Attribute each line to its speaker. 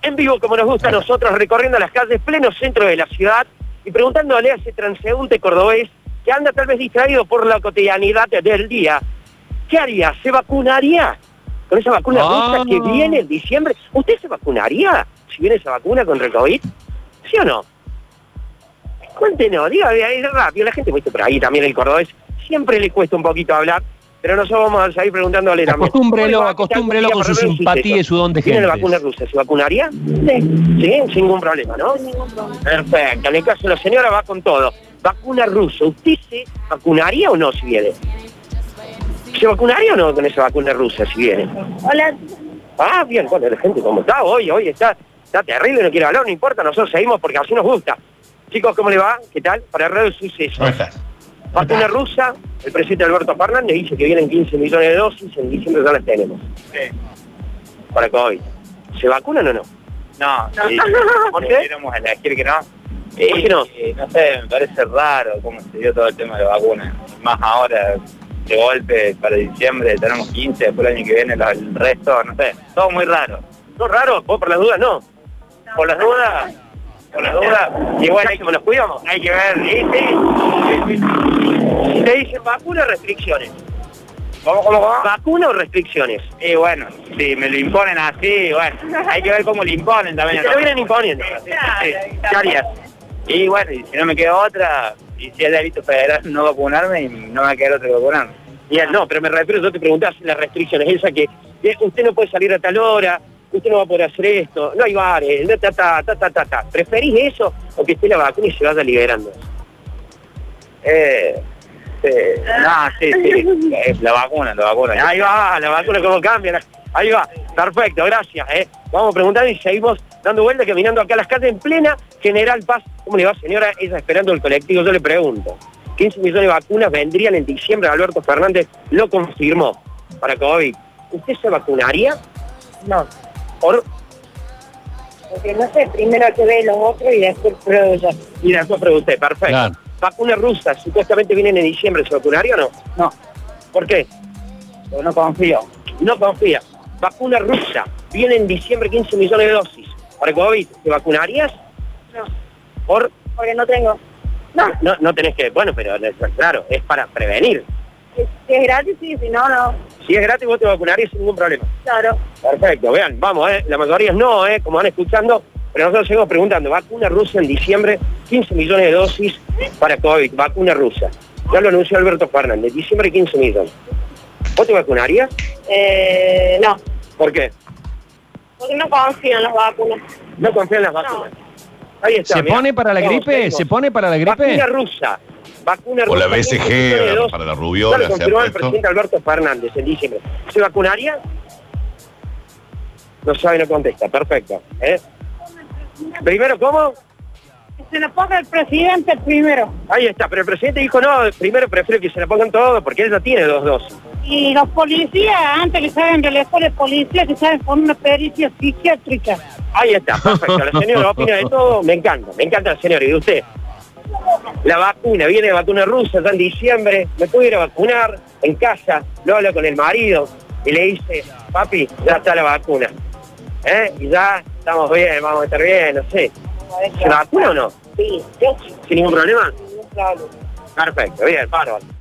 Speaker 1: en vivo, como nos gusta a nosotros, recorriendo las calles, pleno centro de la ciudad, y preguntándole a ese transeúnte cordobés que anda tal vez distraído por la cotidianidad del día, ¿qué haría? ¿Se vacunaría? Con esa vacuna
Speaker 2: Ah.
Speaker 1: rusa que viene en diciembre, ¿usted se vacunaría si viene esa vacuna contra el COVID? ¿Sí o no? Cuéntenos, diga es rápido, la gente muy por ahí también el cordobés, siempre le cuesta un poquito hablar, pero nosotros vamos a ir preguntándole también.
Speaker 2: Acostúmbrelo,
Speaker 1: ¿Cómo le va?
Speaker 2: acostumbrelo con su
Speaker 1: Por lo menos
Speaker 2: simpatía y su don de
Speaker 1: ¿Tiene
Speaker 2: gente.
Speaker 1: la vacuna rusa? ¿Se vacunaría? Sí. sin ningún problema, ¿no? Sin ningún problema. Perfecto. En el caso de la señora va con todo. Vacuna rusa. ¿Usted se vacunaría o no si viene? ¿Se vacunaría o no con esa vacuna rusa si viene?
Speaker 3: Hola,
Speaker 1: Ah, bien, bueno, la gente como está hoy, hoy está, está terrible, no quiere hablar, no importa, nosotros seguimos porque así nos gusta. Chicos, ¿cómo le va? ¿Qué tal? Para Radio Suceso.
Speaker 4: ¿Cómo estás?
Speaker 1: Vacuna rusa, el presidente Alberto Fernández dice que vienen 15 millones de dosis, en diciembre ya las tenemos. Para COVID. ¿Se vacunan o no?
Speaker 5: No, sí,
Speaker 1: ¿Por
Speaker 5: si
Speaker 1: qué?
Speaker 5: pudiéramos elegir que no.
Speaker 1: ¿Por qué no?
Speaker 5: Eh, no sé, me parece raro cómo se dio todo el tema de vacunas. Más ahora, de golpe, para diciembre tenemos 15, después el año que viene los- el resto, no sé. Todo muy raro.
Speaker 1: ¿No raro? ¿Vos por las dudas no? ¿Por las dudas? ¿Por las dudas? Igual hay que nos cuidamos.
Speaker 5: Hay que ver,
Speaker 1: Si te dicen vacuna o restricciones.
Speaker 5: ¿Cómo, cómo, cómo?
Speaker 1: ¿Vacuna o restricciones?
Speaker 5: Y bueno, si me lo imponen así, bueno, hay que ver cómo lo imponen
Speaker 1: Si
Speaker 5: también.
Speaker 1: te
Speaker 5: ¿no?
Speaker 1: lo vienen imponiendo.
Speaker 5: Sí, ¿Qué harías? Y bueno, y si no me queda otra, y si es delito federal no vacunarme, y no me va a quedar otra que vacunarme.
Speaker 1: Bien, no, pero me refiero, yo te preguntaba si las restricciones, esa que eh, usted no puede salir a tal hora, usted no va a poder hacer esto, no hay bares, no, ta, ta, ta, ta, ta, ta. ¿Preferís eso o que esté la vacuna y se vaya liberando?
Speaker 5: Eh, eh, no, sí, sí, eh, la vacuna, la vacuna.
Speaker 1: Ahí va, la vacuna cómo cambia. la- Ahí va, perfecto, gracias. ¿eh? Vamos preguntando y seguimos dando vueltas, caminando acá a las calles en plena General Paz. ¿Cómo le va, señora? Ella esperando el colectivo, yo le pregunto. 15 millones de vacunas vendrían en diciembre, Alberto Fernández lo confirmó para COVID. ¿Usted se vacunaría?
Speaker 3: no,
Speaker 1: Por,
Speaker 3: porque no sé, primero que ve los otros y después pruebo yo.
Speaker 1: y después pregunté, perfecto.
Speaker 2: Claro.
Speaker 1: Vacunas rusas, supuestamente vienen en diciembre, ¿se vacunaría o no?
Speaker 5: No,
Speaker 1: ¿Por qué?
Speaker 5: yo no confío.
Speaker 1: No confía. Vacuna rusa, viene en diciembre 15 millones de dosis. Para COVID, ¿te vacunarías?
Speaker 3: No,
Speaker 1: Por
Speaker 3: porque no tengo. No,
Speaker 1: No, no tenés que, bueno, pero claro, es para prevenir.
Speaker 3: si es gratis, sí, si no, no,
Speaker 1: Si es gratis vos te vacunarías sin ningún problema.
Speaker 3: claro.
Speaker 1: Perfecto, vean, vamos, eh, la mayoría es no, eh, como van escuchando, pero nosotros seguimos preguntando, vacuna rusa en diciembre, 15 millones de dosis para COVID, vacuna rusa. Ya lo anunció Alberto Fernández, diciembre 15 millones. ¿Vos te vacunarías?
Speaker 3: Eh, no,
Speaker 1: ¿Por qué?
Speaker 3: porque no confío en las vacunas.
Speaker 1: No confían las vacunas. Ahí está.
Speaker 2: ¿Se
Speaker 1: mirá.
Speaker 2: pone para la
Speaker 1: Vamos,
Speaker 2: gripe?
Speaker 1: seguimos.
Speaker 2: ¿Se pone para la
Speaker 1: Vacuna
Speaker 2: gripe?
Speaker 1: rusa. Vacuna
Speaker 4: O la
Speaker 1: rusa, 15 millones de
Speaker 4: BCG,
Speaker 1: dosis.
Speaker 4: para la
Speaker 1: Ya lo
Speaker 4: rubiola, se ha
Speaker 1: confirmó el
Speaker 4: puesto.
Speaker 1: presidente Alberto Fernández en diciembre. ¿Se vacunaría? No sabe, no contesta. Perfecto. ¿eh? Primero, ¿cómo?
Speaker 3: Que se lo ponga el presidente primero
Speaker 1: Ahí está. Pero el presidente dijo, no, primero prefiero que se la pongan todos porque él no tiene dos dosis.
Speaker 3: y los policías, antes que salgan de la escuela, policías que salen con una pericia psiquiátrica.
Speaker 1: Ahí está. Perfecto. La señora opina de todo. Me encanta. Me encanta la señora. ¿Y de usted? La vacuna. Viene la vacuna rusa ya en diciembre. Me puedo ir a vacunar en casa. Lo habla con el marido y le dice, papi, ya está la vacuna. ¿Eh? Y ya estamos bien, vamos a estar bien, no sé. ¿Se vacuna o no?
Speaker 3: Sí, yo sí,
Speaker 1: ¿Sin ningún problema?
Speaker 3: ningún problema.
Speaker 1: Perfecto, bien, bárbaro.